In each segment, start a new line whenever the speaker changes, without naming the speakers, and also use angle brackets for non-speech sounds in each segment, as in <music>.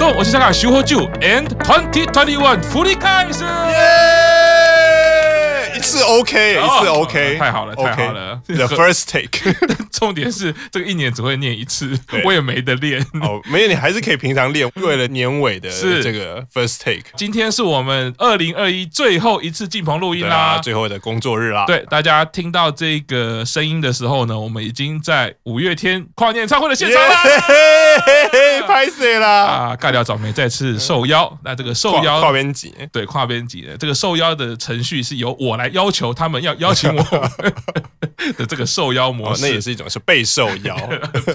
喽，我是香港徐获救，and twenty twenty one 福利开始。
耶！一次 OK，一次
<laughs> 哦
OK，
太好了太好了 <laughs>
OK，The first take，
重点是这个一年只会念一次，
对
我也没得练。
哦，没有，你还是可以平常练，为了年尾的
是
这个 first take，
今天是我们二零二一最后一次进棚录音
对
啦
啊，。最后的工作日啦，
对，大家听到这个声音的时候呢，我们已经在五月天跨年演唱会的现
耶，
场啦。
拍谁啦？
啊，尬聊早媒再次受邀，那这个受
跨
邀
跨边挤，
对跨编辑的这个受邀的程序是由我来要求他们要邀
<laughs>
请我的这个受邀模
哦，
式，
那也是一种是被受
<laughs>
邀，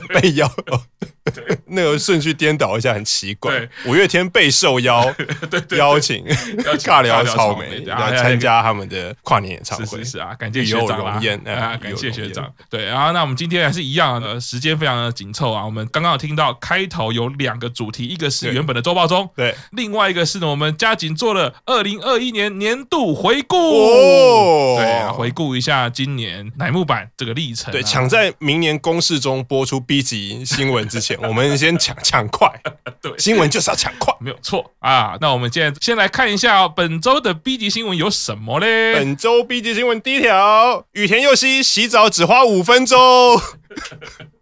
被邀。那个顺序颠倒一下很奇怪
对。
五月天被受邀
<laughs>
邀请
邀请
尬
尬聊
聊
草
草
莓
莓
对啊
来参加他们的跨年演唱
是
会
是。是啊，感谢
与
学
有
长啦
荣焉哎
啊，
与
感
有
谢
荣
学
焉
长。对，然后那我们今天还是一样，呃，时间非常的紧凑啊。我们刚刚有听到开头有两个主题，一个是
对
原本的周报中，
对，
另外一个是呢，我们加紧做了二零二一年年度回顾。
哦
对啊，回顾一下今年乃木坂这个历程啊、
对，抢在明年公示中播出 B 级新闻之
<laughs>
前，我们先抢抢快。
对
新闻就是要抢快。
没有错啊。那我们现在先来看一下、哦、本周的 B 级新闻有什么嘞？
本周 B 级新闻第一条：雨田佑希洗澡只花五
<laughs>
分钟。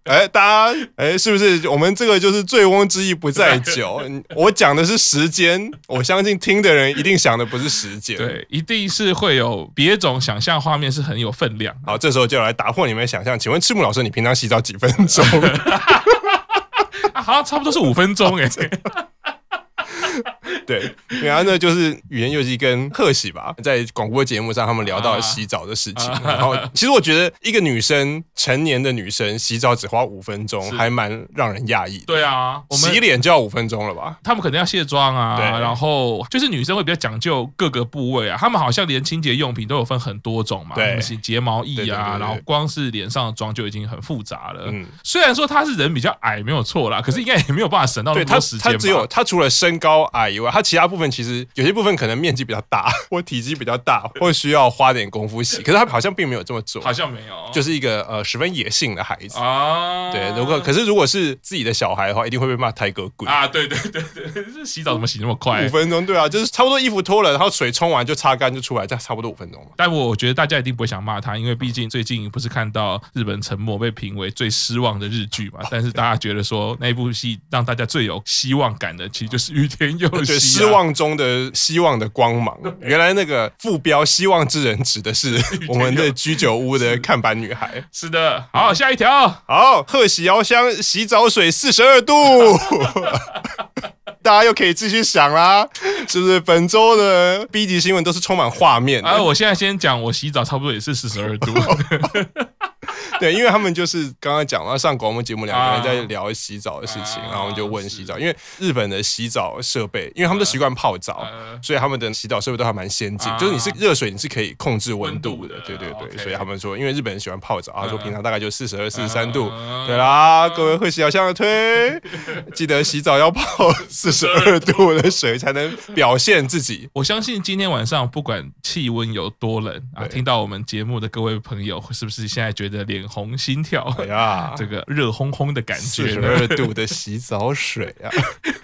哎，大家，哎，是不是我们这个就是醉翁之意不在
<laughs>
酒？嗯我讲的是时间，我相信听的人一定想的不是时间。，
对，一定是会有别种想象画面，是很有分量的。
好，这时候就来打破你们的想象。请问赤木老师，你平常洗澡几分钟？
<laughs> 啊，好像差不多是五分
哦
钟哎、
对，然后呢，就是语言游戏跟贺喜吧，在广播节目上他们聊到
啊
了洗澡的事情。
啊
然后，其实我觉得一个女生，成年的女生洗澡只花五分钟
是，
还蛮让人讶异的。
对啊，我们
洗脸就要五分钟了吧？
他们可能要卸妆啊，
对
然后就是女生会比较讲究各个部位啊，他们好像连清洁用品都有分很多种嘛，
对
什么洗睫毛液啊，
对对对对对
然后光是脸上的妆就已经很复杂了。
嗯
虽然说她是人比较矮没有错啦，可是应该也没有办法省到那
对
么
他
多时，间
他
吧。
只有他除了身高矮以外，他其他部分其实有些部分可能面积比较大，或体积比较大，或需要花点功夫洗。可是他好像并没有这么做，
好像没有，
就是一个呃十分野性的孩子。
啊，
对，如果可是如果是自己的小孩的话，一定会被骂泰哥鬼。
啊，对对对对，这洗澡怎么洗那么快
五？分钟，对啊，就是差不多衣服脱了，然后水冲完就擦干就出来，这样差不多五分钟嘛。
但我觉得大家一定不会想骂他，因为毕竟最近不是看到日本沉没被评为最失望的日剧嘛。
哦
但是大家觉得说那一部戏让大家最有希望感的，其实就是雨天啊佑希、
对，失。望中的希望的光芒。原来那个副标“希望之人”指的是我们的居酒屋的看板女孩。
是的，好，下一条。
好，贺喜遥香洗澡水四十二度， <laughs> 大家又可以继续想啦，是不是？本周的 B 级新闻都是充满画面的，
啊，我现在先讲，我洗澡差不多也是四十二度。
哦 <laughs> 对，因为他们就是刚刚讲到上广播节目，两个人在
啊
聊洗澡的事情，
啊
然后我们就问
是
洗澡，因为日本的洗澡设备，因为他们都习惯泡澡
呃，
所以他们的洗澡设备都还蛮先进
啊，
就是你是热水，你是可以控制温度的
温，度
对
的
对对，
OK
所以他们说，因为日本人喜欢泡澡，他说
嗯
平常大概就四十二、四十三度
嗯，
对啦，各位会洗澡向的
<laughs>
推，记得洗澡要泡四十二度的水才能表现自己。
我相信今天晚上不管气温有多冷啊，
对
听到我们节目的各位朋友，是不是现在觉得脸红心跳？
哎呀
这，个热烘烘的感
四
觉
十
呢，
二度的洗澡水啊！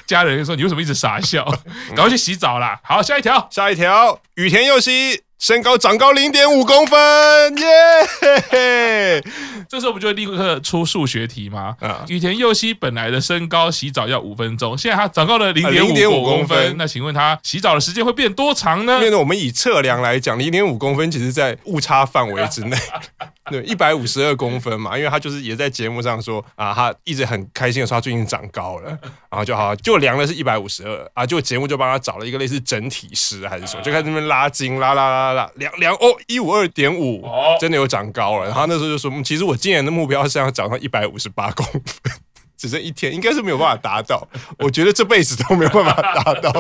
家人就说你为什么一直傻笑？
嗯
赶快去洗澡啦！好，下一条。
下一条，雨田佑希身高长高零点五公分，耶！ <laughs>
这时候不就立刻出数学题吗？
啊
羽田佑希本来的身高洗澡要五分钟，现在他长高了零点
0.5
五
公
公
分
分，那请问他洗澡的时间会变多长呢
因？为呢，我们以测量来讲，零点五公分其实在误差范围之内， <laughs> 对，一百五十二公分嘛。因为他就是也在节目上说啊，他一直很开心的说他最近长高了，然后就好就量的是一百五十二啊，就节目就帮他找了一个类似整体师还是
啊
什么，就开始那边拉筋拉拉拉拉拉量量哦一五二点五
哦，
真的有长高了。然后他那时候就说，嗯其实我今年的目标是要长到一百五十八公分。只剩一天，应该是没有办法达到。我觉得这辈子都没有办法达到。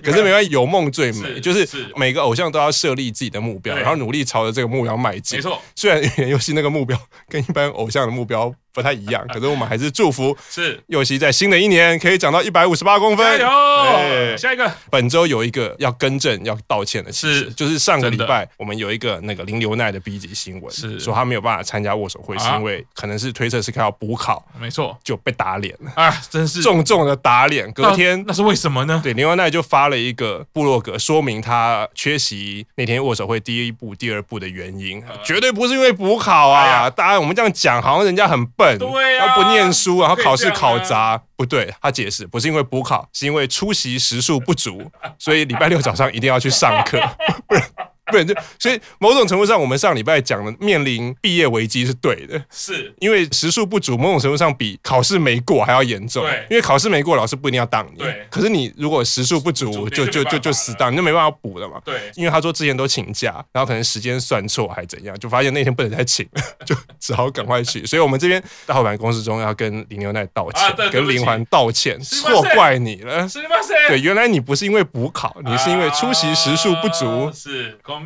可是没关系，有梦最美，
是
就是
是
每个偶像都要设立自己的目标，
对
然后努力朝着这个目标迈进。
没错，
虽然原游戏那个目标跟一般偶像的目标不太
<laughs>
一样，可是我们还是祝福
是
佑希在新的一年可以长到一百五十八公
加
分。
油，
哎
下一个
本周有一个要更正、要道歉的，事，
是
就是上个礼
真的
拜我们有一个那个林刘奈的 B 级新闻，
是
说他没有办法参加握手会，是
啊
因为可能是推测是靠补考
没错
就被打脸了，
啊，真是
重重的打脸。隔天
那那是为什么呢？
对，林万奈就发了一个部落格，说明他缺席那天握手会第一步、第二步的原因，绝对不是因为补考
呃哎
啊！
呀
大家我们这样讲，好像人家很笨，
对啊
他不念书，然后
可以
考
这
试
样啊
考砸。不对，他解释不是因为补考，是因为出席时数不足，所以礼拜六早上一定要去上课， <laughs> 不然不然就所以某种程度上，我们上礼拜讲的面临毕业危机是对的，
是
因为时数不足，某种程度上比考试没过还要严重。
对
因为考试没过，老师不一定要当你。
对
可是你如果时数不足，
足就没办
就就
法
就就死当，你就没办法补了嘛。
对，
因为他说之前都请假，然后可能时间算错还怎样，就发现那天不能再请，就只好赶快去。所以我们这边大老板公司中要跟林牛奶道歉，
啊对对
跟
不起
林环道歉，
すいません
错怪你了。
是吗？是，
对，原来你不是因为补考，你是因为出席时数
啊
不足。
是 comment。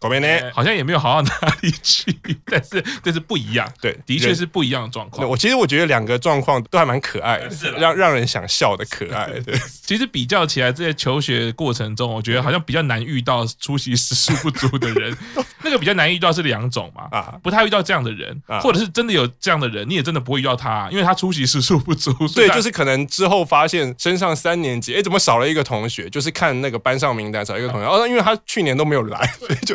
狗妹呢？
呃好像也没有好到哪里去， <laughs> 但是但是不一样，
对
的确
人
是不一样的状
那
况。
我其实我觉得两个状况都还蛮可爱的
呃是，啦
让让人想笑的可爱。对。
其实比较起来，在求学过程中，我觉得好像比较难遇到出席时数不足的
<laughs>
人，那个比较难遇到是两种嘛，
啊
不太遇到这样的人
啊，
或者是真的有这样的人，你也真的不会遇到他，啊因为他出席时数不足。所以
对，
他
就是可能之后发现升上三年级，哎，怎么少了一个同学？就是看那个班上名单少一个同学，哦，因为他去年都没有来， <laughs> 所以就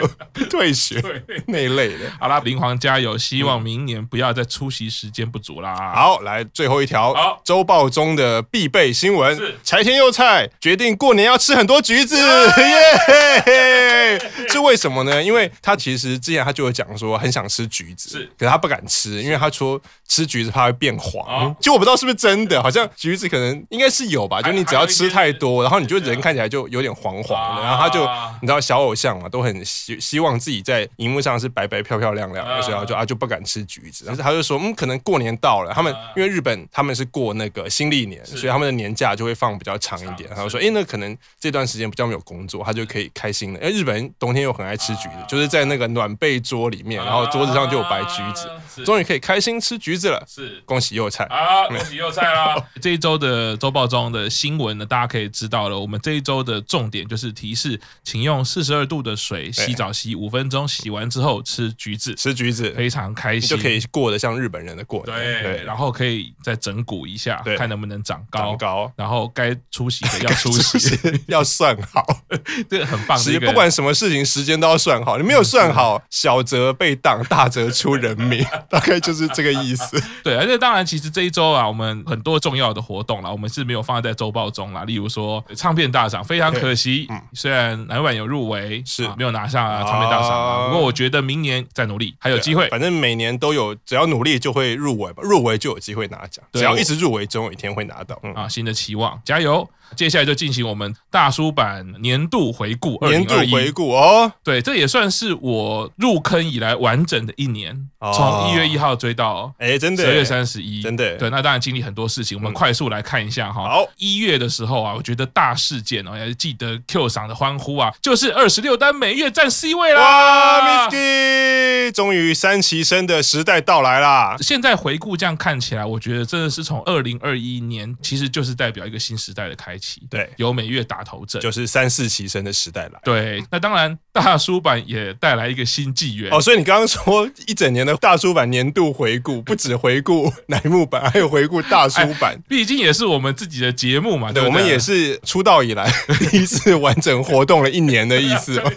退学
对。
那一类的。
好啦，林皇加油！希望明年不要再出席时间不足啦。
嗯好，来最后一条
好，
周报中的必备新闻
是：
柴田佑菜决定过年要吃很多橘子，
哎
耶！是为什么呢？因为他其实之前他就有讲说很想吃橘子，
是
可是他不敢吃，因为他说吃橘子怕会变黄
哦。
就我不知道是不是真的，好像橘子可能应该是有吧，就
还
你只要吃太多，然后你
还
就
有一
人
些
看起来就有点黄黄的，
啊
然后他就你知道小偶像嘛，都很希希望自己在荧幕上是白白漂漂亮亮的，
啊
所以他就啊就不敢吃橘子，然后他就说嗯，可能过年到了，他们
啊
因为日本他们是过那个新历年，
是
所以他们的年假就会放比较长一点，
长
他就说哎
是、
诶那可能这段时间比较没有工作，他就可以开心的，因为日本人冬天又很爱吃橘子，
啊
就是在那个暖被桌里面，然后桌子上就有白橘子，
子
终
于
于可以开心吃橘子了，
啊是
恭喜幼菜。
好，恭喜又菜啦！ <laughs> 这一周的周报中的新闻呢，大家可以知道了。我们这一周的重点就是提示，请用四十二度的水洗澡洗五分钟，洗完之后吃橘子，
吃橘子，
非常开
你
心，
就可以过得像日本人的过年，
对，然后可以再整蛊一下
对，
看能不能长
长
高。
高。
然后该出席的要
<laughs>
出
出
席，
席要算好，
<laughs> 这个很棒的
时
一个
不管什么事情，时间都要算好。你没有算好，小则被当，大则出
<laughs>
人命，大概就是这个意思。
对，而且当然，其实这一周啊，我们很多重要的活动啦，我们是没有放在周报中啦。例如说唱片大赏，非常可惜，虽然南晚有入围，
嗯是
啊没有拿下、唱片大赏
啊
啊。不过我觉得明年再努力，还有机会。
反正每年都有，只要努力就会入围吧，入围就有机会拿奖。
对
只要一直入围，总有一天会拿到。嗯，
啊，新的期望，加油！接下来就进行我们大叔版年度回顾，
年度
2021
回顾哦，
对，这也算是我入坑以来完整的一年，
哦
从一月一号追到
哎，真的
十二月三十一，
真的嗯
对，那当然经历很多事情，我们快速来看一下哈。
好，
一月的时候啊，我觉得大事件哦，要记得 Q 赏的欢呼啊，就是二十六单每月占 C 位
哇
啦。
，Misky，终于三旗生的时代到来啦！
现在回顾这样看起来，我觉得真的是从二零二一年，其实就是代表一个新时代的开启，
对，
由每月打头阵。
就是三四旗生的时代来。
对，那当然，大叔版也带来一个新纪元
哦，所以你刚刚说一整年的大叔版年度回顾，不止回顾乃木版，还有回顾大叔版。
毕竟也是我们自己的节目嘛，
对，
对啊
我
不
们也是出道以来 <laughs> 第一次完整活动了
<laughs>
一年的
啊
意思哦。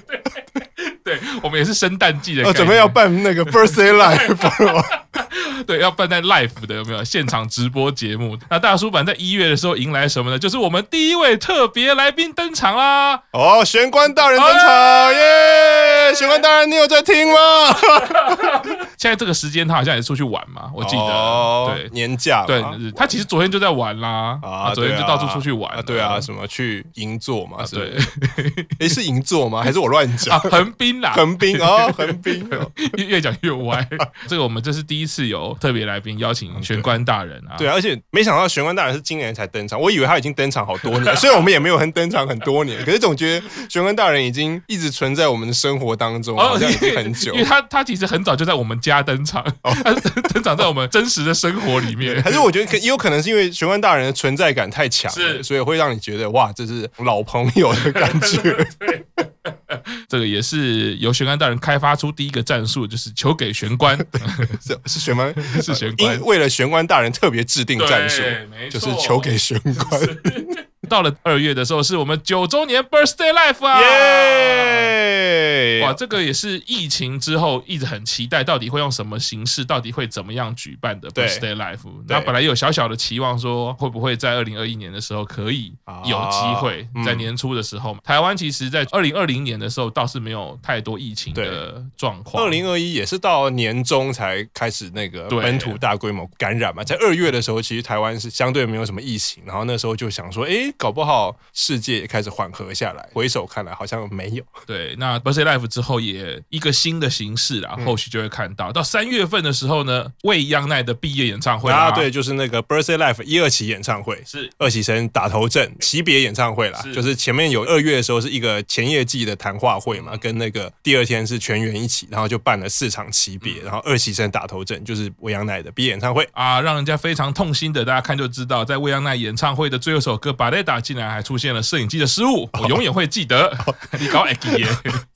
对，我们也是生诞季的概
哦，
念，
准备要办那个
<laughs>
birthday live 了。
对，要办在 live 的有没有现场直播节目？那大叔版在一月的时候迎来什么呢？就是我们第一位特别来宾登场啦！
哦，玄关大人登场，
哎
耶！玄关大人，你有在听吗？
现在这个时间他好像也出去玩嘛，我记得，
哦
对
年假嘛
对，他其实昨天就在玩啦，
啊，
昨天
对
就
啊
到处出去玩啊
啊，对啊，，什么去银座嘛？是不
对
是，诶，是银座吗？还是我乱
<laughs> 啊，
<laughs> 讲？
横滨啦，
横滨哦，横
<laughs>
滨哦。
越越讲越
<laughs>
歪。这个我们这是第一次有特别来宾邀请玄关大人啊，
嗯对，而且没想到玄关大人是今年才登场，我以为他已经登场好
<laughs>
多年，虽然我们也没有很登场很多年，可是总觉得玄关大人已经一直存在我们的生活当中，好像已经很久
哦
哦
因为。他他其实很早就在我们家登场， <laughs> 他登场在我们真实的生活里面。
还是我觉得可也有可能是因为玄关大人的存在感太强了，
是
所以会让你觉得哇，这是老朋友的感
<laughs>
觉。
这个也是由玄关大人开发出第一个战术，就是求给玄
<laughs>
关，
是是玄关，
是玄关
因为了玄关大人特别制定战
嗯
术
对没，
就
错
是求给玄关。 <laughs>
到了二月的时候，是我们九周年 birthday life 啊！
耶！
哇，这个也是疫情之后一直很期待，到底会用什么形式，到底会怎么样举办的
对
birthday life。那本来有小小的期望，说会不会在二零二一年的时候可以
啊
有机会，
嗯
在年初的时候嘛。台湾其实，在二零二零年的时候倒是没有太多疫情的状况。
二零二一也是到年中才开始那个
对
本土大规模感染嘛，在二月的时候，其实台湾是相对没有什么疫情，然后那时候就想说，诶，搞不好世界也开始缓和下来。回首看来，好像没有。
对，那 birthday life 之后也一个新的形式啦，
嗯
后续就会看到。到三月份的时候呢，未央奈的毕业演唱会
啊，
啦，
对，就是那个 Birthday Life 一二期演唱会，
是
二期生打头阵惜别演唱会啦，
是
就是前面有二月的时候是一个前夜季的谈话会
嗯
嘛，跟那个第二天是全员一起，然后就办了四场惜别，
嗯
然后二期生打头阵就是维扬奈的毕业演唱会。
啊，让人家非常痛心的，大家看就知道，在未央奈演唱会的最后一首歌《把雷打》竟然还出现了摄影机的失误，
哦
我永远会记得。 <laughs> 你搞 A 耶，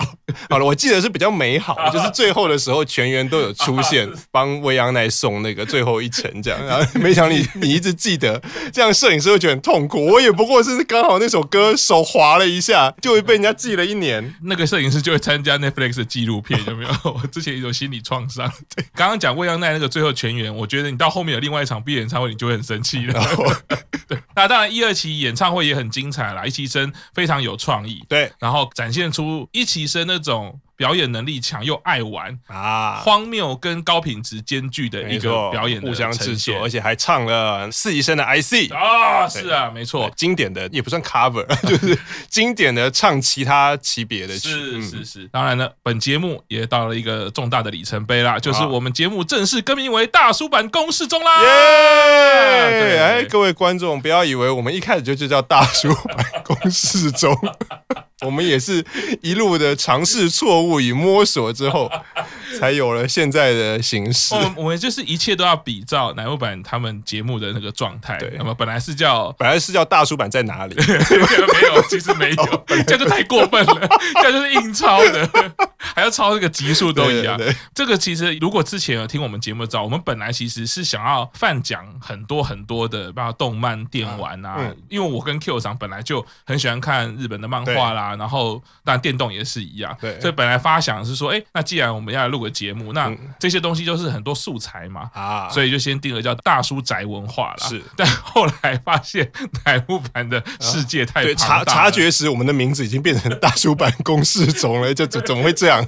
<laughs> 好了，我记得是比较
<laughs>
美好，就是最后的时候全员都有出现，帮维扬奈送那个最后一程这样。然后没
<laughs>
想到你你一直记得，这样摄影师会觉得很痛苦。我也不过是刚好那首歌手滑了一下，就会被人家记了一年。
那个摄影师就会参加 Netflix 的纪录片，有没有？ <laughs> 我之前有心理创伤。 <laughs> 刚刚讲未央奈那个最后全员，我觉得你到后面有另外一场毕业演唱会，你就会很生气
<laughs>
了。
哦
<laughs> 对，那当然一二期演唱会也很精彩啦，一期生非常有创意，
对
然后展现出一期生那种表演能力强又爱玩，
啊，
荒谬跟高品质兼具的一
没
个
错，
表演的
互相制
呈
作，
现
而且还唱了四医生的 IC。
啊，是啊，没错，
经典的也不算 cover，就是 <laughs> 经典的唱其他级别的曲，
是
嗯
是是。当然了，本节目也到了一个重大的里程碑啦，就是
啊
我们节目正式更名为《大叔版公式
<laughs>
中》啦。对
耶！哎，各位观众，不要以为我们一开始就就叫大叔办公室 <laughs> 中，我们也是一路的尝试错误与摸索之后，才有了现在的形式
哦我。们我们就是一切都要比照奶油版他们节目的那个状态。
对
那么本来是叫
本来是叫大叔版在 <laughs> 哪里？
没有，其实没有，这样就太过分了，这样就是硬抄的，还要抄这个级数都一样
对对。
这个其实如果之前有听我们节目的知道，我们本来其实是想要泛讲很多很多的，包括动漫、电玩啊，
嗯
因为我跟 Q 厂本来就很喜欢看日本的漫画啦，然后当然电动也是一样，
对
所以本来发想是说，哎，那既然我们要来录个节目，那
嗯
这些东西就是很多素材嘛，
<laughs> 啊，
所以就先定了叫大叔宅文化啦。
是，
但后来发现 <laughs> 乃木坂的世界太
对，
庞
察
大了
察觉时，我们的名字已经变成大叔版公式中了，就怎怎么会 <laughs> 这样？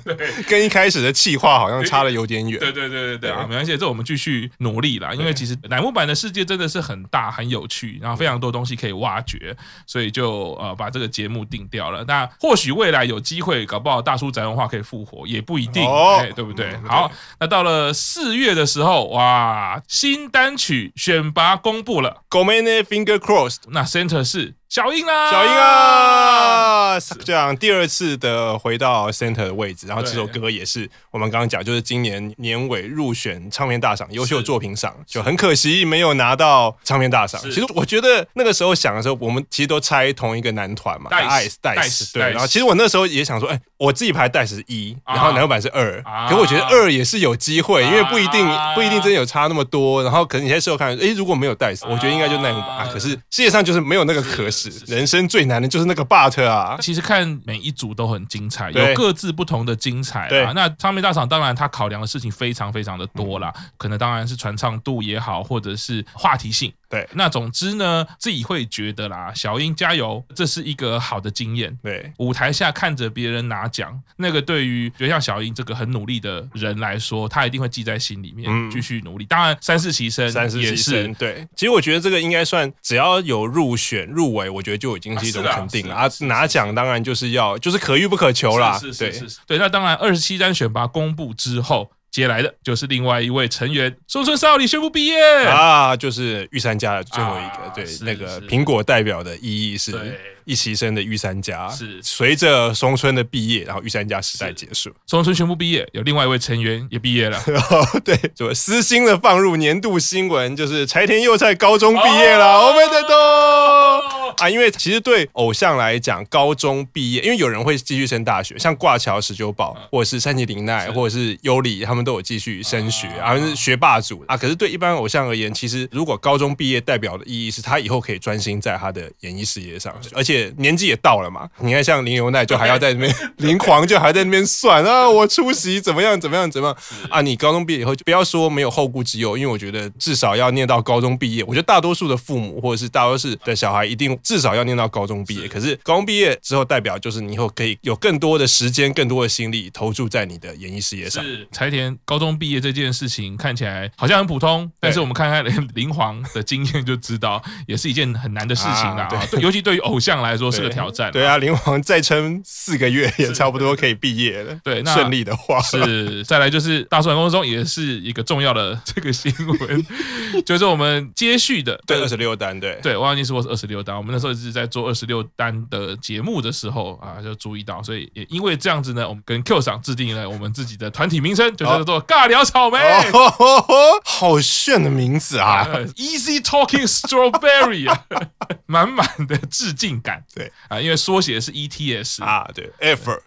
跟一开始的气话好像差的有点远。
对对对对对啊，没关系，这我们继续努力啦。因为其实乃木坂的世界真的是很大、很有趣，然后非常多东西可以挖掘，所以就呃把这个节目定掉了。那或许未来有机会，搞不好大叔宅文化可以复活，也不一定，
哦
哎对不对？
嗯
好，那到了四月的时候，哇，新单曲选拔公布了，
g o m e n e Finger Crossed，
那 center 是小樱啦，
小英。啊，这样第二次的回到 center 的位置，然后这首歌也是我们刚刚讲，就是今年年尾入选唱片大赏优秀作品赏，就很可惜没有拿到唱片大赏。
是
其实我觉得那个时候想的时候，我们其实都猜同一个男团嘛
Dice，Dice，
Dice，对。
Dice
然后其实我那时候也想说，哎，我自己排 Dice 一，
啊
然后男版是二
啊，
可我觉得二也是有机会，因为不一定
啊
不一定真的有差那么多。然后可能你在事后看，哎，如果没有 Dice，我觉得应该就那个吧。
啊
啊可是世界上就是没有那个可使
是是，是
人生最难的就是那个 but 啊。
其实看每一组都很精彩，
对
有各自不同的精彩
对
啦。那唱片大赏当然它考量的事情非常非常的多啦，
嗯
可能当然是传唱度也好，或者是话题性。
对
那总之呢，自己会觉得啦，小英加油，这是一个好的经验。
对，
舞台下看着别人拿奖，那个对于就像小英这个很努力的人来说，他一定会记在心里面，
嗯
继续努力。当然，三四其身
三十
也
几
是
生，对。其实我觉得这个应该算，只要有入选入围，我觉得就已经是一
啊
种
是啊
肯定了
是啊
啊。拿奖当然就是要，就是可遇不可求啦。
是是
对
是，是对。那当然，二十七张选拔公布之后，接来的就是另外一位成员松村少里宣布毕业。
啊，就是御三家的最后一
啊
个，对
是
那个
是
苹果代表的意义
对
是。一期生的御三家
是
随着松村的毕业，然后御三家时代结束，
松村宣布毕业，有另外一位成员也毕业
<laughs>
了，
然后对，就私心的放入年度新闻，就是柴田佑菜高中毕业了，
哦
我们的都。 <laughs> 啊，因为其实对偶像来讲，高中毕业，因为有人会继续升大学，像挂桥十九保，或者是山崎绫奈，或者是优里，他们都有继续升学，
啊
啊，是学霸组啊。可是对一般偶像而言，其实如果高中毕业，代表的意义是他以后可以专心在他的演艺事业上，而且年纪也到了嘛。你看，像林由奈就还要在那边，
<laughs>
林狂就还在那边算啊，我出席怎么样怎么样怎么样啊。你高中毕业以后，就不要说没有后顾之忧，因为我觉得至少要念到高中毕业。我觉得大多数的父母或者是大多数的小孩，一定至少要念到高中毕业。
是
可是高中毕业之后，代表就是你以后可以有更多的时间、更多的心力投注在你的演艺事业上。
是柴田高中毕业这件事情看起来好像很普通，但是我们看看林 <laughs> 林皇的经验就知道，也是一件很难的事情啦
啊。对
对尤其对于偶像来说是个
对
挑战。
对啊，林王再撑四个月也差不多可以毕业了。
对那
顺利的话，
是，再来就是大顺公中也是一个重要的这个新闻， <laughs> 就是我们接续的
对二十六单，
<laughs>
对
对，我忘记是我是二十六单，我们那时候一啊直在做二十六单的节目的时候啊，就注意到，所以也因为这样子呢，我们跟 Q 赏制定了我们自己的团体名称，就叫做尬聊草莓。
哦，好炫的名字啊！
<laughs> 呃 Easy Talking Strawberry 啊， <laughs> 满满的致敬感。
对
啊，因为缩写是 ETS 啊，
啊，对，effort，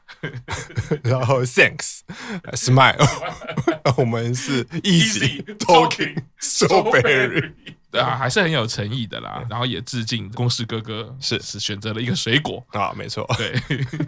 然后 thanks，smile，我 <laughs> 们是
Easy
easy
talking
talking <laughs> strawberry，
<laughs> 对啊，还是很有诚意的啦。然后也致敬公式哥哥，
是
是选择了一个水果。
啊，没错。
对，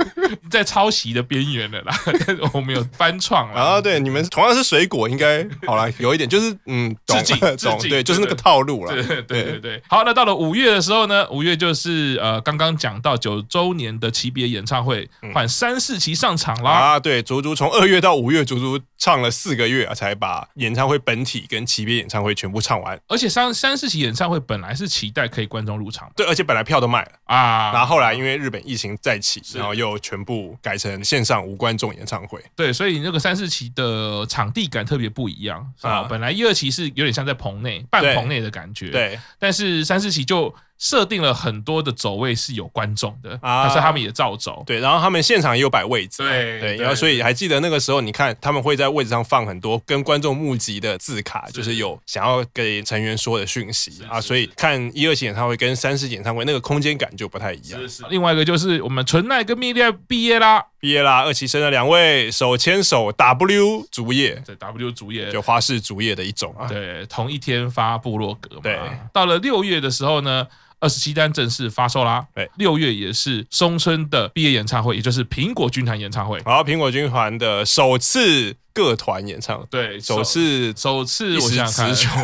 <laughs> 在抄袭的边缘了啦， <laughs> 但是我们有翻创
然
了
后。对你们同样是水果，应该好了，有一点就是嗯，懂
致敬
<laughs> 懂，
致敬
对，就是那
对
个套路
对
了。
对对对，好，那到了五月的时候呢，五月就是呃刚刚讲到九周年的级别演唱会，换三四期上场啦。
嗯啊，对，足足从二月到五月，足足唱了四个月啊，才把演唱会本体跟级别演唱会全部唱完。
而且三三四期演唱会本来是期待可以观众入场
对，而且本来票都卖了，
啊，
然后后来因为日本疫情再起，然后又全部改成线上无观众演唱会。
对，所以那个三四期的场地感特别不一样啊。
啊
本来一二期是有点像在棚内半
对
棚内的感觉，。
对，
但是三四期就设定了很多的走位是有观众的，
啊
但是他们也照走。
对，然后他们现场也有摆位置，
对
对，
对
然后所以还记得那个时候，你看他们会在位置上放很多跟观众募集的字卡，就是有想要给成员说的讯息啊，
是
所以看一二期演唱会跟三四演唱会那个空间感就不太一样。
另外一个就是我们纯奈跟蜜恋毕业啦，
毕业啦，二期生的两位手牵手 W 竹叶，
在 W 主演
就花式竹叶的一种啊，
对同一天发部落格嘛。
对，
到了六月的时候呢。二十七单正式发售啦！
对，
六月也是松村的毕业演唱会，也就是苹果军团演唱会。
然后苹果军团的首次各团演唱，
对，
首次
首次
一
我
时
想想
词
看，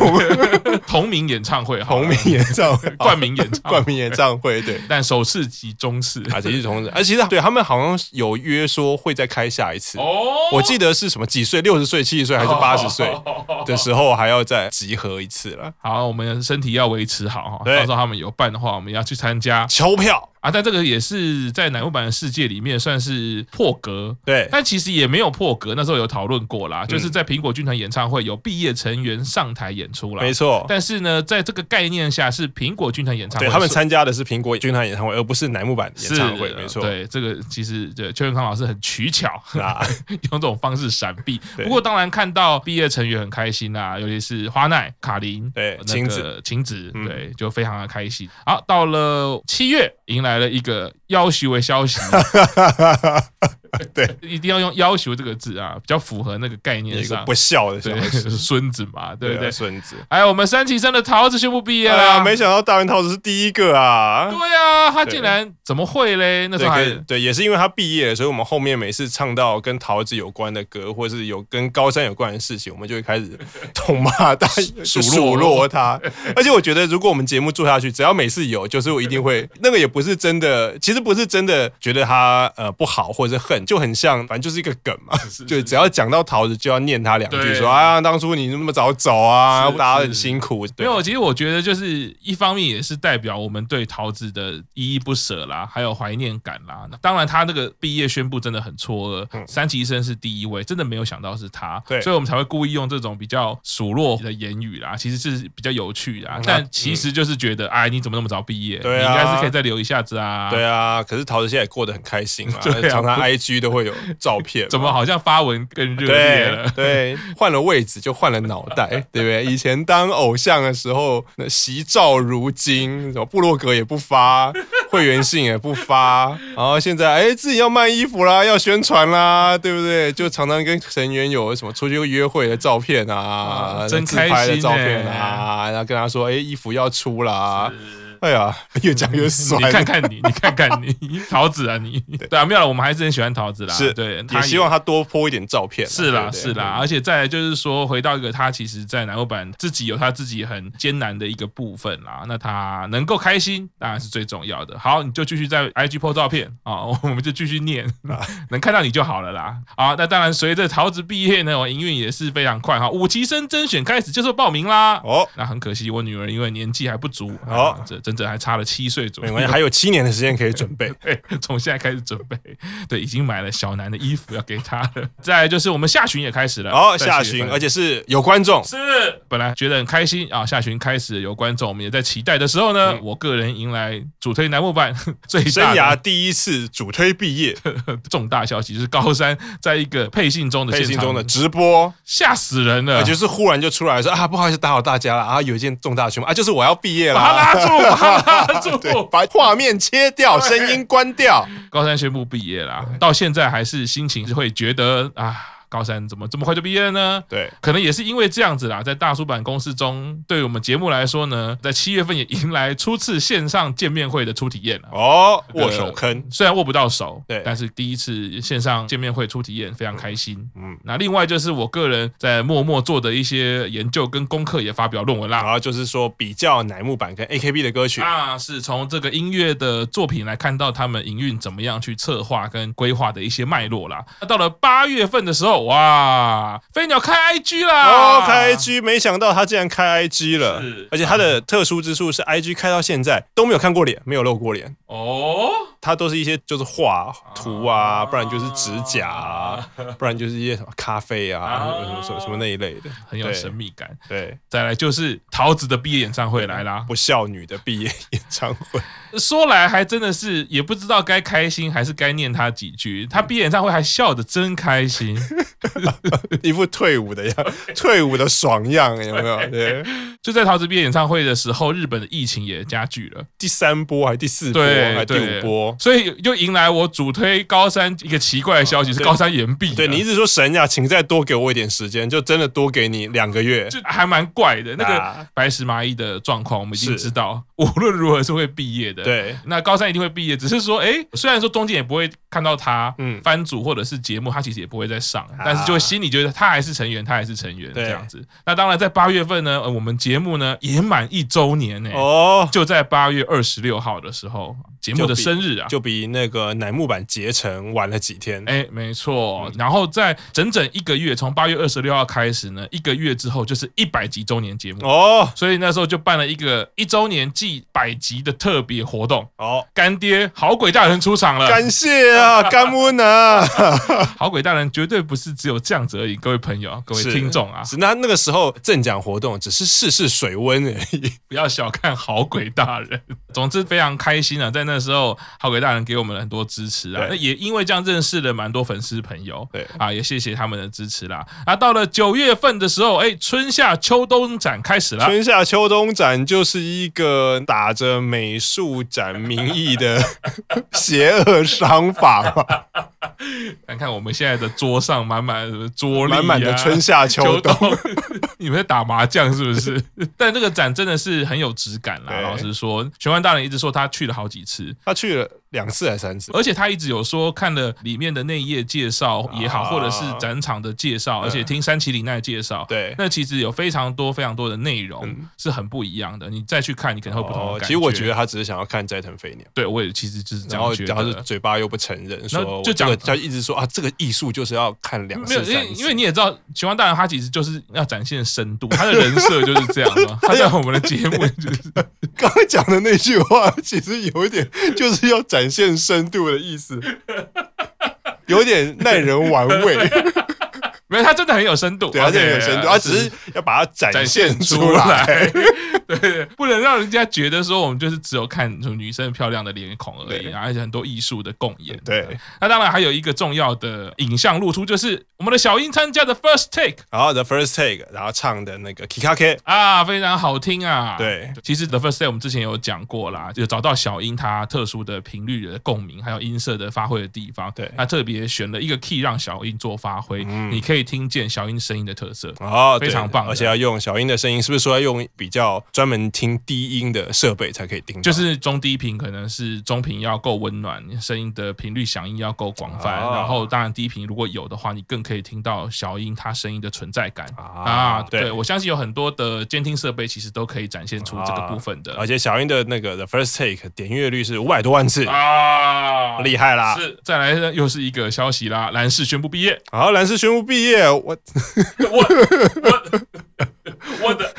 穷，
<laughs> 同名演唱会好了，
同名演唱会，
冠名演唱会
冠名演唱会，对。
但首次及中
<laughs>
次
啊，其实同日，而其实对他们好像有约说会再开下一
<laughs>
次。
哦
我记得是什么几岁，六十岁、七十岁还是八十
<laughs>
岁的时候，还要再集合一次了。
好，我们身体要维持好哈，
对
到时候他们有办的话，我们要去参加
球票，
啊。但这个也是在乃木坂的世界里面算是破格。
对
但其实也没有破格，那时候有讨论过
嗯
啦，就是在苹果军团演唱会有毕业成员上台演出啦。
没错，
但是呢，在这个概念下，是苹果军团演唱会
对
是，
他们参加的是苹果军团演唱会，而不是乃木坂演
是
唱会，没错。
对，这个其实对邱元康老师很取巧， <laughs>
啊，
用这种方式闪避。
对
不过当然看到毕业成员很开心啦、尤其是花奈、卡琳、呃
对
那个
晴子、
晴子，
嗯
对，就非常的开心。好，到了七月，迎来了一个要求的消息，
<laughs> 对，
一定要用“要求”这个字啊，比较符合那个概
有
念
一个
上
不。孝的小
对
孩，
<laughs>
子，
孙子嘛，啊对不对啊
啊？孙子。
还有我们三崎生的桃子宣布毕业
哎
啦，
呀，没想到大原桃子是第一个啊！
对啊，他竟
对
然怎么会嘞？那时
对，
候还
跟对，也是因为他毕业了，所以我们后面每次唱到跟桃子有关的歌，或是有跟高山有关的事情，我们就会开始痛骂他、
<laughs> 数落
数数落他。而且我觉得，如果我们节目做下去，只要每次有，就是我一定会那个也不是真的，其实不是真的觉得他呃不好或者是恨，就很像，反正就是一个梗嘛。
是
就只要讲到桃子，就要念他两句，
对
说啊，当初你那么早走啊，
是
大家很
是
辛苦。
没
对，
有，其实我觉得就是一方面也是代表我们对桃子的依依不舍啦，还有怀念感啦。当然，他那个毕业宣布真的很错愕，三崎医生是第一位，真的没有想到是他，
嗯对
所以我们才会故意用这种比较数落的言语啦，其实是比较有趣的啊
嗯。
但其实就是觉得，哎，你怎么那么早毕业？
对
你
啊
应该是可以再留一下子啊。
对啊，可是桃子现在也过得很开心嘛，
<laughs> 对啊
常常 IG 都会有照片嘛，
<laughs> 怎么好像发文更热烈
对
了？
对，换了位置就换了脑袋， <laughs> 对不对？以前当偶像的时候，那惜照如金，什么部落格也不发，会员信也不发，然后现在哎自己要卖衣服啦，要宣传啦，对不对？就常常跟成员有什么出去约会的照片啊，
啊真
自拍的照
开
片
心
啊，
欸
然后跟他说哎衣服要出啦，哎呀越讲越酸
<laughs> 你。看看你，你看看你， <laughs> 桃子啊你，对啊，没有了，我们还是很喜欢桃子啦。
是，
对，他
也希望他多泼一点照片。啊
是
对嗯
啦，
不对
是啦，，而且再来就是说，回到一个他其实，在南欧版自己有他自己很艰难的一个部分啦。那他能够开心，当然是最重要的。好，你就继续在 IG po 照片啊、 <laughs> 我们就继续念，<laughs>
啊
能看到你就好了啦。好，那当然随着桃子毕业呢，哦我营运也是非常快哈。五期生甄选开始接受报名啦。
哦，
那很可惜，我女儿因为年纪还不足，
哦
啊，这整整还差了七岁左
没
右，
关系，还有七年的时间可以准备。
对，从现在开始准备。对，已经买了小南的衣服要给他了。再来就是我们下旬也开始了，
哦，
在
下
4月
旬，
份
而且是有观众，
是本来觉得很开心啊，下旬开始有观众，我们也在期待的时候呢，
嗯
我个人迎来主推楠木版最
生
大
涯
的
第一次主推毕业，
<laughs> 重大消息，就是高山在一个配信中的
配
现
信
场
中的直播，
吓死人了，
啊，就是忽然就出来说啊，不好意思打扰大家了啊，有一件重大讯息啊，就是我要毕业
把他
啦。
拉住，把他拉
对，
住。
把画面切掉，声音关掉。
<laughs> 高山宣布毕业啦，到现在还是心情是会觉得啊，高山怎么这么快就毕业了呢？
对，
可能也是因为这样子啦，在大出版公司中，对于我们节目来说呢，在七月份也迎来初次线上见面会的初体验了。
哦，握手坑，
虽然握不到手，
对
但是第一次线上见面会初体验非常开心。
嗯
嗯，那另外就是我个人在默默做的一些研究跟功课，也发表论文
然
啦。
后就是说比较乃木坂跟 AKB 的歌曲，
啊，是从这个音乐的作品来看到他们营运怎么样去策划跟规划的一些脉络啦。那到了八月份的时候，哇，飞鸟开 IG 啦，
哦，开 IG，没想到他竟然开 IG 了
是，
而且他的特殊之处是 IG 开到现在都没有看过脸，没有露过脸。
哦，
它都是一些就是画图啊，
啊
不然就是指甲啊，不然就是一些什么咖啡啊，
啊
什么什么什么那一类的，
很有
对
神。秘感。
对，
再来就是桃子的毕业演唱会来啦，
不孝女的毕业演唱会， <laughs>
说来还真的是也不知道该开心还是该念他几句。他毕业演唱会还笑得真开
<laughs>
心，
一副退
<laughs>
伍的样，退伍的爽样，有没有？对，
就在桃子毕业演唱会的时候，日本的疫情也加剧了，
第三波还是第四波
对
还是第
对，
五波？
所以又迎来我主推高三一个奇怪的消息，是
对
高三延毕了。
啊
啊
对你一直说神呀，请再多给我一点时间，就真的多给你两个月。
就还蛮怪的，那
啊
个白石麻衣的状况，我们已经
是
知道，无论如何是会毕业的。
对，
那高三一定会毕业，只是说，哎、虽然说中间也不会看到他，
嗯啊
嗯，番组或者是节目，他其实也不会再上，但是就会心里觉得他还是成员，他还是成员
对
这样子。那当然，在八月份呢，呃我们节目呢也满一周年呢、
哦，
就在八月二十六号的时候，节目的
就比
生日啊。
就比那个乃木坂结成晚了几天。
哎，没错。
嗯
然后在整整一个月，从八月二十六号开始呢，一个月之后就是一百集周年节目，
哦
所以那时候就办了一个一周年暨百集的特别活动。
哦，
干爹好鬼大人出场了，
感谢
<laughs>
啊，干木呢？
好鬼大人绝对不是只有这样子而已，各位朋友、各位
是
听众啊，
是那那个时候正奖活动只是试试水温而已。
不要小看好鬼大人。 <laughs> 总之非常开心啊，在那时候好鬼大人给我们很多支持啊
对，
那也因为这样认识了蛮多粉丝朋友，
对
啊，也谢谢他们的支持啦。啊，到了九月份的时候，哎，春夏秋冬展开始了。
春夏秋冬展就是一个打着美术展名义的 <laughs> 邪恶商法
<laughs>
嘛，
看看我们现在的桌上满满的桌历、啊，
满满的春夏秋冬。
冬， <laughs> 你们在打麻将 <laughs> 是不是？但这个展真的是很有质感啦。
对
老实说，玄幻大人一直说他去了好几次，次，
他去了两次还是三次？
而且他一直有说看了里面的内页介绍也好，
啊
或者是展场的介绍，而且听山崎里奈介绍，
对嗯
那其实有非常多非常多的内容是很不一样的。你再去看，你可能会有不同的感
哦其实我觉
得，
得他只是想要看斋藤飞鸟，
对我也其实就是这
然
样
后
觉
然后是
得。
嘴巴又不承认，
那
说
就讲
我这个他一直说啊，这个艺术就是要看两
没有，
次
因为
三次，
因为你也知道，秦王大人他其实就是要展现深度，他的人设就是这样
<laughs>
嘛。他在我们的节目就是
刚刚讲的那句话，其实有一点就是要展现深度的意思，有点耐人玩味。
没有，他真的很有深度，
对，他
OK，啊
这点有深度，他只是要把它展
展现
现
出
出
来
来。。
对，不能让人家觉得说我们就是只有看出女生漂亮的脸孔而已，
对
而且很多艺术的共演。
对，
那当然还有一个重要的影像露出，就是我们的小英参加的 First Take
<laughs> 然后 The First Take，然后唱的那个 Kikake，
啊，非常好听啊。
对，
其实 The First Take 我们之前有讲过啦，就找到小英她特殊的频率的共鸣，还有音色的发挥的地方。
对嗯
那特别选了一个 key 让小英做发挥，你可以听见小英声音的特色。
哦，对
非常棒的
而且要用小英的声音，是不是说要用比较专门听低音的设备才可以听到？
就是中低频可能是中频要够温暖，声音的频率响应要够广泛，
哦
然后当然低频如果有的话，你更可以听到小音它声音的存在感啊
啊
对
对
我相信有很多的监听设备其实都可以展现出这个部分的
而且小英的那个 The First Take 点阅率是五百多万次，
啊
厉害啦！
是，再来呢，又是一个消息啦，蓝氏宣布毕业。
好，蓝氏宣布毕业，我
我我我的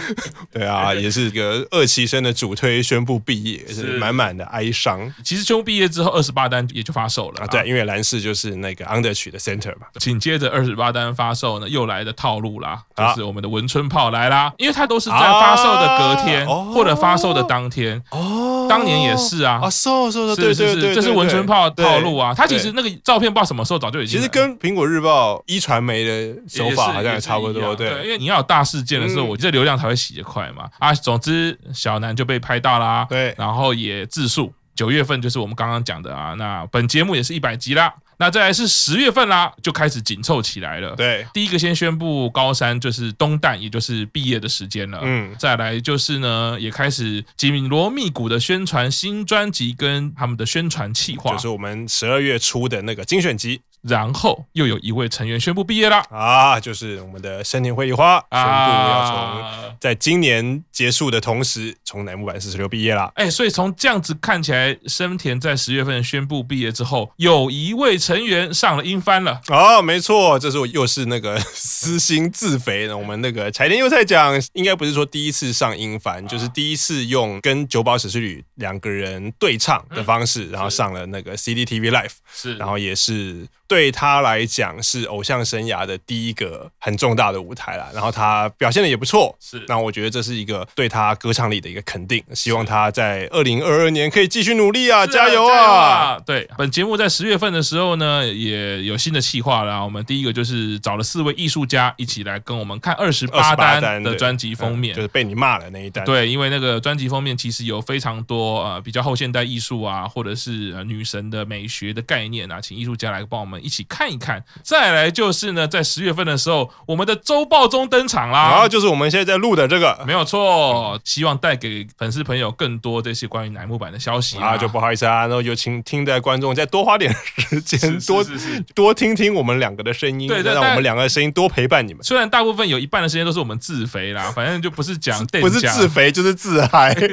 对
<laughs>
啊，也是一个二期生的主推宣布毕业，
是
是满满的哀伤
其实宣布毕业之后，二十八单也就发售了啦
啊。对，因为蓝氏就是那个 Under 曲的 Center 嘛，
紧接着二十八单发售呢，又来的套路啦，就
啊
是我们的文春炮来啦，因为它都是在发售的隔天、
啊哦
或者发售的当天，
哦
当年也是啊
啊，，瘦瘦的，对
是是
对
是，
对，
这是文春炮的套路啊，它
他
其实那个照片不知道什么时候早就已经
其
来
实
了。
跟苹果日报一传媒的手法好像
也
也
是
差不
一
多，
样对，
对
因为你要有大事件的时候，
嗯
我这流量才会洗得快嘛。啊，总之小南就被拍到啦，
对
然后也自述。九月份就是我们刚刚讲的啊，那本节目也是一百集啦。那再来是十月份啦，就开始紧凑起来了。
对
第一个先宣布高三就是东旦，也就是毕业的时间了。
嗯
再来就是呢，也开始紧锣密鼓的宣传新专辑跟他们的宣传企划。
就是我们十二月初的那个精选集
然后又有一位成员宣布毕业啦，
啊，就是我们的森田绘梨花宣布要从
啊
在今年结束的同时，从乃木坂四十六毕业啦。
哎，所以从这样子看起来，生田在十月份宣布毕业之后，有一位成员上了英翻了。
哦，没错，这是我又是那个 <laughs> 私心自肥的。我们那个柴田优菜讲，应该不是说第一次上英翻，就是第一次用跟久保史诗里两个人对唱的方式，然后
是
上了那个 CDTV Live。
是
然后也是对他来讲是偶像生涯的第一个很重大的舞台啦。然后他表现的也不错，
是
那我觉得这是一个对他歌唱力的一个肯定。希望他在二零二二年可以继续努力啊，加
加
油
油
啊！！
对，本节目在十月份的时候呢，也有新的企划啦。我们第一个就是找了四位艺术家一起来跟我们看二十八
28
单的
对
专辑封
嗯
面
就。是被你骂了那一单。
对，因为那个专辑封面其实有非常多呃比较后现代艺术啊，或者是呃女神的美学的概念啊，请艺术家来帮我们一起看一看。再来就是呢，在十月份的时候，我们的周报中登场啦。
然后就是我们现在在录的这个
啊没有错，希望带给粉丝朋友更多这些关于乃木坂的消息
啊，就不好意思啊，然后就请听的观众再多花点时间，
是
多
是是
多听听我们两个的声音，
对对
让
但
我们两个的声音多陪伴你们，
虽然大部分有一半的时间都是我们自肥啦， <laughs> 反正就不是讲
不是自肥就是自
<laughs>
嗨
肥，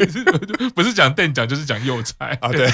不是讲店讲，就是讲幼菜
<laughs> 啊！对，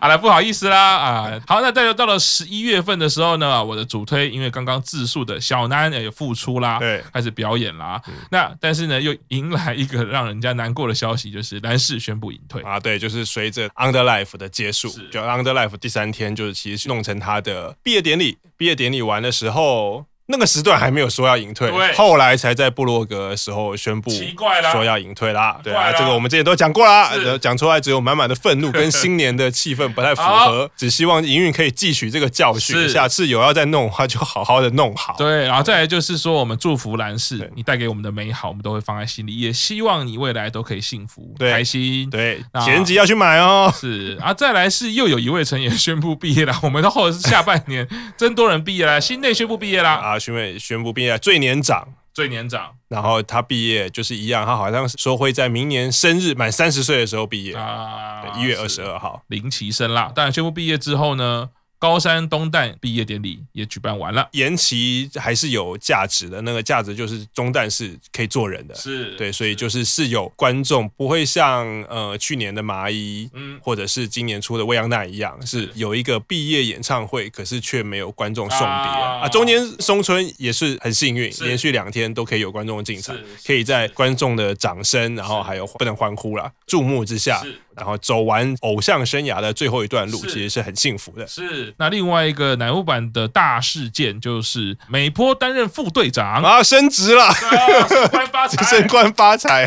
好了，不好意思啦啊。好，那再就到了十一月份的时候呢，我的主推因为刚刚自述的小南也复出啦，
对嗯
开始表演啦。那但是呢，又迎来一个让人家难过的消息，就是蓝氏宣布隐退。
啊，对，就是随着 Underlife 的结束
是，
就 Underlife 第三天，就是其实弄成他的毕业典礼。毕业典礼完的时候，那个时段还没有说要隐退
对，
后来才在部落格的时候宣布，
奇怪啦
说要隐退啦。对
怪
啊，
啦
这个我们之前都讲过啦
是，
呃讲出来只有满满的愤怒，跟新年的气氛不太符合。只希望营运可以汲取这个教训，
是
下次有要再弄的话，就好好的弄好。
对，然后再来就是说，我们祝福蓝氏
对，
你带给我们的美好，我们都会放在心里，也希望你未来都可以幸福、
对
开心。
对
那，
前集要去买哦。
是啊，再来是又有一位成员宣布毕业了，我们到后下半年真多人毕业了，新内宣布毕业啦。
啊，宣布宣布毕业最年长
最年长
然后他毕业就是一样，他好像说会在明年生日满三十岁的时候毕业，
啊，
一月二十
是
二号。
林奇生啦。当然，宣布毕业之后呢，高山东旦毕业典礼也举办完了，
延期还是有价值的，那个价值就是中弹是可以做人的，
是
对，所以就是是有观众不会像呃去年的麻衣，
嗯
或者是今年出的未央奈一样，是有一个毕业演唱会，可是却没有观众送别
啊
啊中间松村也是很幸运，
是
连续两天都可以有观众进场
是，
可以在观众的掌声，然后还有不能欢呼啦，注目之下
是，
然后走完偶像生涯的最后一段路，
是
其实是很幸福的。
是。那另外一个乃木坂的大事件就是美坡担任副队长，
啊，升职
<laughs>
了，
啊升官发财
升。官发财，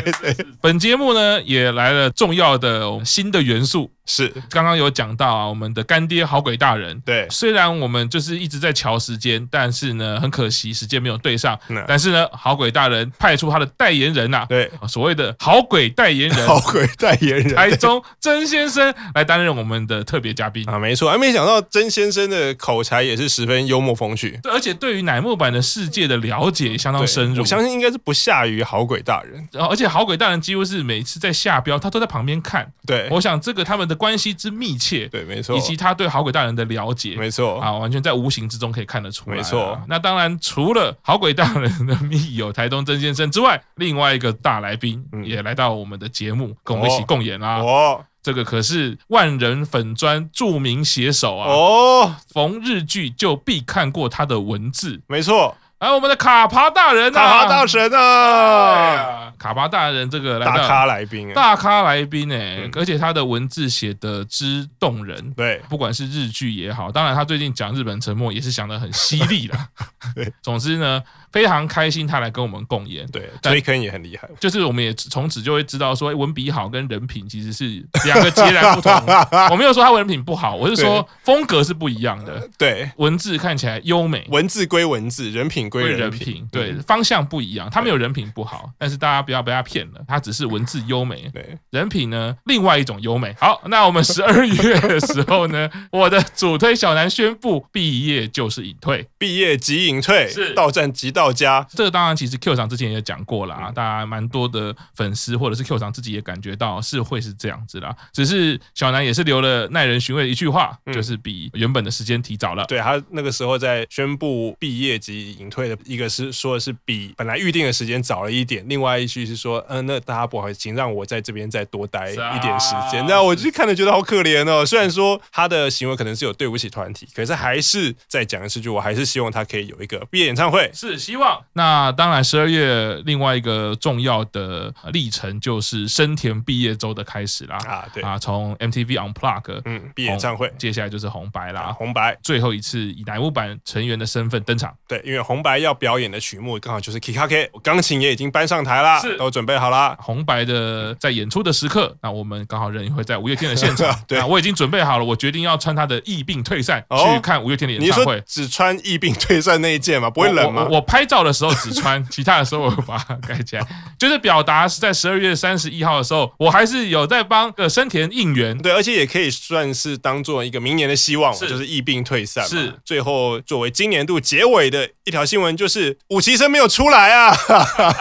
本节目呢也来了重要的我们新的元素，
是
刚刚有讲到啊，我们的干爹好鬼大人。
对
虽然我们就是一直在瞧时间，但是呢，很可惜时间没有对上
嗯。
但是呢，好鬼大人派出他的代言人呐、
对，
啊，所谓的好鬼代言人
好鬼代言人，啊
台中曾先生来担任我们的特别嘉宾。
啊，没错，还没想到曾先生的口才也是十分幽默风趣，
对而且对于乃木坂的世界的了解相当
对
深入
我，相信应该是不下于好鬼大人。
然后而且好鬼大人几乎是每次在下标，他都在旁边看。
对，
我想这个他们的关系之密切，
对，没错
以，及他对好鬼大人的了解，
没错，
啊，完全在无形之中可以看得出来啊。
哦没错
那当然，除了好鬼大人的密友台东曾先生之外，另外一个大来宾
嗯
也来到我们的节目，跟我们一起
哦
共演啦。
哦
这个可是万人粉专著名写手啊，
哦，
逢日剧就必看过他的文字。
没错，
而我们的卡帕大人啊，
大哈大神
哎
啊，
呀，卡帕大人这个来
大
到
咖来宾，哎
大咖来宾哎
嗯，
而且他的文字写得之动人，
对，
不管是日剧也好，当然他最近讲日本沉没也是讲得很犀利啦。
<laughs> 对，
<laughs> 总之呢，非常开心他来跟我们共演。
对，
但
推坑也很厉害，
就是我们也从此就会知道说，诶哎文笔好跟人品其实是两个截然不同。我没有说他文品不好，我是说风格是不一样的，
对，
文字看起来优美。
文字归文字，人品归
对
人
人
品，
品，对方向不一样，他没有人品不好，但是大家不要被他骗了，他只是文字优美，
对，
人品呢，另外一种优美。好，那我们 <laughs> 十二月的时候呢，我的主推小南宣布毕业就是隐退。
毕业即隐退
是，
到站即到家，
这个当然，其实 Q 厂之前也讲过啦，
嗯
大家蛮多的粉丝或者是 Q 厂自己也感觉到是会是这样子啦。只是小南也是留了耐人寻味的一句话，
嗯
就是比原本的时间提早了。
对他那个时候在宣布毕业及隐退的一个是说的是比本来预定的时间早了一点，另外一句是说，嗯、那大家不好意思，请让我在这边再多待一
是啊
点时间。那我就看了觉得好可怜哦。虽然说他的行为可能是有对不起团体，可是还是再讲一次，就我还是希望他可以有一个毕业演唱会。
是希望。那当然，十二月另外一个重要的呃历程就是生田毕业周的开始啦。
啊，对，
啊，从 MTV Unplug，
嗯，毕业演唱会
红。哦接下来就是红白啦。
啊，红白
最后一次以乃木坂成员的身份登场，
对，因为红白要表演的曲目刚好就是 Kikake，钢琴也已经搬上台啦
是，啊
都准备好啦。。
红白的在演出的时刻，那我们刚好人也会在五月天的现场
<laughs> 对
那我已经准备好了，我决定要穿他的疫病退散、
哦
去看五月天的演
你是
唱
说
会。
只穿疫病退散那一件吗？不会冷吗？
我我我拍照的时候只穿，其他的时候我把它盖起来。 <laughs> 就是表达是在十二月三十一号的时候，我还是有在帮呃生田应援。
对，而且也可以算是当做一个明年的希望嘛，
是
就是疫病退散嘛。
是
最后作为今年度结尾的一条新闻，就是武崎生没有出来啊， <laughs>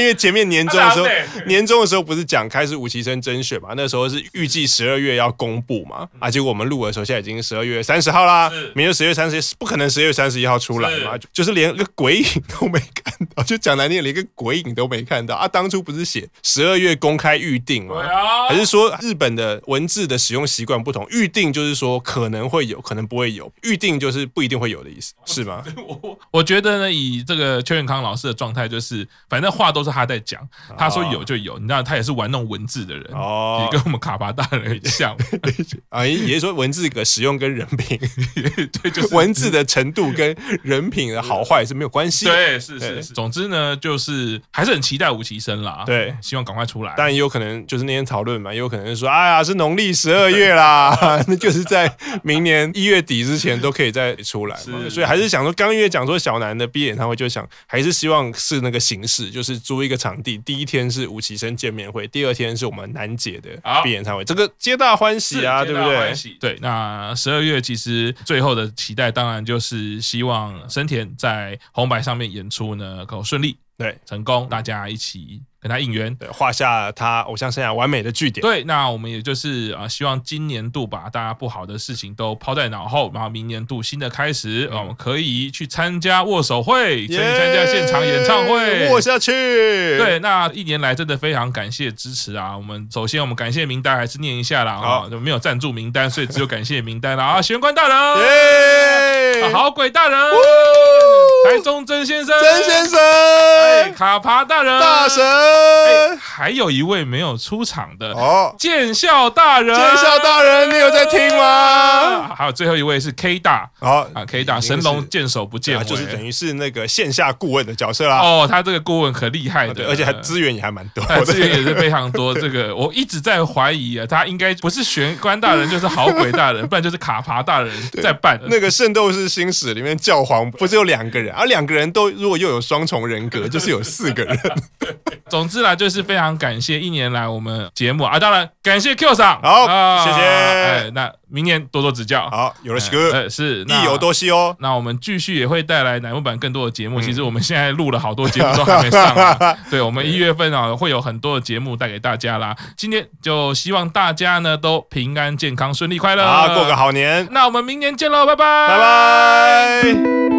因为前面年终的时候
他哪有。
年终的时候不是讲开始武崎生甄选嘛？那时候是预计十二月要公布嘛，啊，结果我们录的时候现在已经十二月三十号啦
嗯是，
明天十月三十不可能十月三十一号出来嘛，
是
就就是连个鬼影都没看到，就讲难听，连个鬼影都没看到啊！当初不是写十二月公开预定嘛，
啊
还是说日本的文字的使用习惯不同？预定就是说可能会有，可能不会有；预定就是不一定会有的意
哦
思，是吗？
我我觉得呢，以这个邱永康老师的状态，就是反正话都是他在讲，他说有就有，你知道他也是玩弄文字的人，
哦
也跟我们卡巴大人很
<laughs>
像，
啊，也也是说文字的使用跟人品，
<laughs> 对，就是
文字的程度跟人品的好坏是没有关系。，
对，是
对
是是。总之呢，就是还是很期待吴奇生啦，
对
希望赶快出来。
当然也有可能就是那天讨论嘛，也有可能是说，哎呀，是农历十二月啦， <laughs> 那就是在明年一月底之前都可以再出来嘛。
是
所以还是想说，刚因为讲说小南的毕业演唱会，就想还是希望是那个形式，就是租一个场地，第一天是吴奇生见面会，第二天是我们南姐的
好
毕业演唱会，这个皆大欢喜啊，
是
对
皆
不
大
对
欢？喜对，那十二月其实最后的期待，当然就是希望生田在红白上面演出呢，够顺利。
对
成功，大家一起跟他应援。
对，画下他偶像生涯完美的句点。
对，那我们也就是啊、呃希望今年度把大家不好的事情都抛在脑后，然后明年度新的开始，
嗯
啊我们可以去参加握手会，可以参加现场演唱会，
握下去。
对，，那一年来真的非常感谢支持啊！我们首先我们感谢名单还是念一下啦啊，
好
就没有赞助名单，所以只有感谢名单啦啊！玄关大人，
耶、
啊好鬼大人，台中曾先生，
<laughs> 曾先生，
哎，卡帕大人，
大神，
哎，还有一位没有出场的
哦，
建校大人，
建校大人，你有在听吗？
啊还有最后一位是 K 大
好
啊，K 大
已经
神
是
龙见首不见
啊
尾，
就是等于是那个线下顾问的角色啦。
哦，他这个顾问可厉害
啊对，
的，
而且还资源也还蛮多 <laughs>
哎，
的。
资源也是非常多。 <laughs> 这个我一直在怀疑啊，他应该不是玄关大人，就是好鬼大
<laughs>
人，不然就是卡爬大人在办。
那个《圣斗士星矢》里面教皇不是有两个人，而、啊两个人都如果又有双重人
<laughs>
格，就是有四个人。
总之啦，就是非常感谢一年来我们节目啊，当然感谢 Q 赏，
好
啊
谢谢
哎，那明年多多指教。
好，有
哎，
了西哥，
呃是
意有。多西嗯哦。
那那我们继续也会带来乃木坂更多的节目。其实我们现在录了好多节目都还没上
<laughs>
啊。对，我们一月份啊会有很多的节目带给大家啦。今天就希望大家呢都平安、健康、顺利、快乐
啊，过个好年，
那我们明年见喽，拜拜，
拜。拜。